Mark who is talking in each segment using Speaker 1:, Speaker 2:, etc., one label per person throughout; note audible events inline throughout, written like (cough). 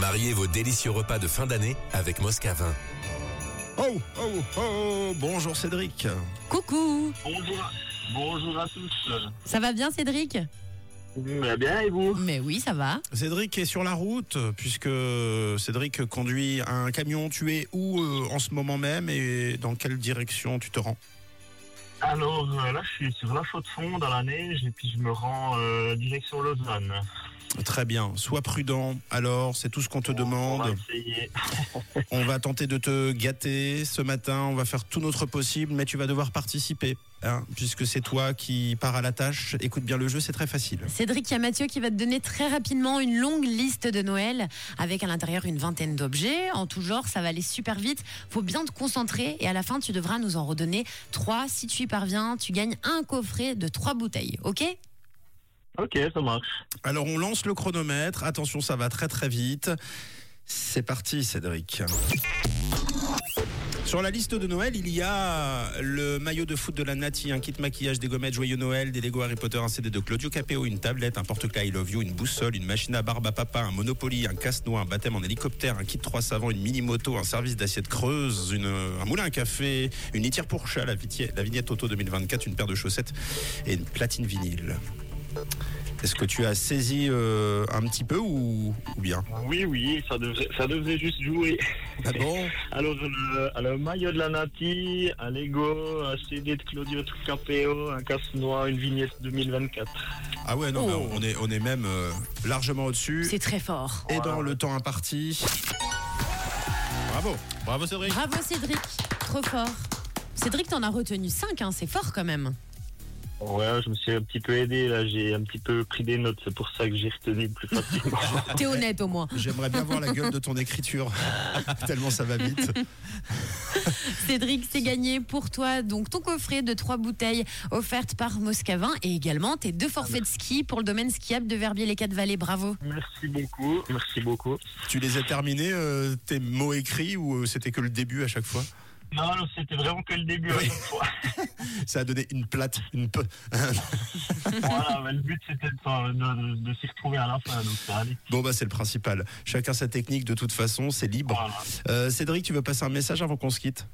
Speaker 1: Mariez vos délicieux repas de fin d'année avec Moscavin.
Speaker 2: Oh, oh, oh, bonjour Cédric.
Speaker 3: Coucou,
Speaker 4: Bonjour, à- bonjour à tous.
Speaker 3: ça va bien Cédric
Speaker 4: Bah bien et vous
Speaker 3: Mais oui, ça va.
Speaker 2: Cédric est sur la route puisque Cédric conduit un camion. Tu es où euh, en ce moment même et dans quelle direction tu te rends
Speaker 4: Alors euh, là, je suis sur la chaux de fond dans la neige et puis je me rends euh, direction Lausanne.
Speaker 2: Très bien, sois prudent. Alors, c'est tout ce qu'on te
Speaker 4: On va
Speaker 2: demande.
Speaker 4: essayer.
Speaker 2: On va tenter de te gâter ce matin. On va faire tout notre possible, mais tu vas devoir participer hein, puisque c'est toi qui pars à la tâche. Écoute bien le jeu, c'est très facile.
Speaker 3: Cédric, il y a Mathieu qui va te donner très rapidement une longue liste de Noël avec à l'intérieur une vingtaine d'objets en tout genre. Ça va aller super vite. Faut bien te concentrer et à la fin, tu devras nous en redonner trois. Si tu y parviens, tu gagnes un coffret de trois bouteilles. Ok
Speaker 4: Ok, ça marche.
Speaker 2: Alors, on lance le chronomètre. Attention, ça va très très vite. C'est parti, Cédric. Sur la liste de Noël, il y a le maillot de foot de la Nati, un kit maquillage, des gommettes Joyeux Noël, des Lego Harry Potter, un CD de Claudio Capéo, une tablette, un porte-clés I Love You, une boussole, une machine à barbe à papa, un Monopoly, un casse-noix, un baptême en hélicoptère, un kit trois savants, une mini-moto, un service d'assiette creuse, une, euh, un moulin à café, une litière pour chat, la, viti- la vignette auto 2024, une paire de chaussettes et une platine vinyle. Est-ce que tu as saisi euh, un petit peu ou, ou bien
Speaker 4: Oui, oui, ça devrait, ça devrait juste jouer.
Speaker 2: Ah bon
Speaker 4: Alors le, le maillot de la Nati, un Lego, un CD de Claudio Capéo, un casse-noix, une vignette 2024.
Speaker 2: Ah ouais, non,
Speaker 3: Oh.
Speaker 2: mais on est, on est même euh, largement au-dessus.
Speaker 3: C'est très fort.
Speaker 2: Et dans le temps imparti. Bravo. Bravo Cédric.
Speaker 3: Bravo Cédric, trop fort. Cédric, t'en as retenu cinq, hein, c'est fort quand même.
Speaker 4: Ouais, je me suis un petit peu aidé là, j'ai un petit peu pris des notes, c'est pour ça que j'ai retenu plus facilement.
Speaker 3: T'es honnête au moins.
Speaker 2: J'aimerais bien voir la gueule de ton écriture, (laughs) tellement ça va vite.
Speaker 3: Cédric, c'est gagné pour toi. Donc, ton coffret de trois bouteilles offertes par Moscavin et également tes deux forfaits de ski pour le domaine skiable de Verbier-les-Quatre-Vallées. Bravo.
Speaker 4: (laughs) merci beaucoup, merci beaucoup.
Speaker 2: Tu les as terminés, euh, tes mots écrits, ou euh, c'était que le début à chaque fois
Speaker 4: Non, non, c'était vraiment que le début à
Speaker 2: Oui.
Speaker 4: chaque fois.
Speaker 2: (laughs) Ça a donné une plate, une peu.
Speaker 4: voilà, mais le but c'était de, s'en- de- de- de s'y retrouver à la fin, donc ça allait.
Speaker 2: Bon, bah c'est le principal. Chacun sa technique, de toute façon, c'est libre.
Speaker 4: Voilà.
Speaker 2: Euh, Cédric, tu veux passer un message avant qu'on se quitte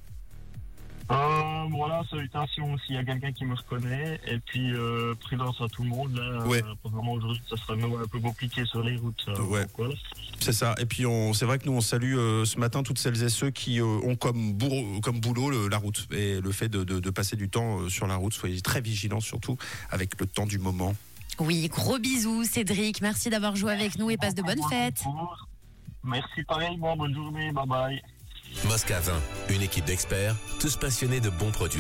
Speaker 4: Euh, voilà, salutations s'il y a quelqu'un qui me reconnaît, et puis euh, prudence à tout le monde. Là,
Speaker 2: Ouais.
Speaker 4: euh, vraiment aujourd'hui, ça sera un peu compliqué sur les routes. euh,
Speaker 2: Ouais.
Speaker 4: donc voilà.
Speaker 2: C'est ça. Et puis, on- c'est vrai que nous, on salue euh, ce matin toutes celles et ceux qui euh, ont comme, bourreau- comme boulot le- la route. Et le fait de, de- de passer du temps euh, sur la route, soyez très vigilants, surtout avec le temps du moment.
Speaker 3: Oui, gros bisous, Cédric. Merci d'avoir joué avec nous et passe de bonnes
Speaker 4: Bon
Speaker 3: fêtes.
Speaker 4: concours. Merci pareillement, bonne journée, bye bye.
Speaker 1: Moscavin, une équipe d'experts, tous passionnés de bons produits.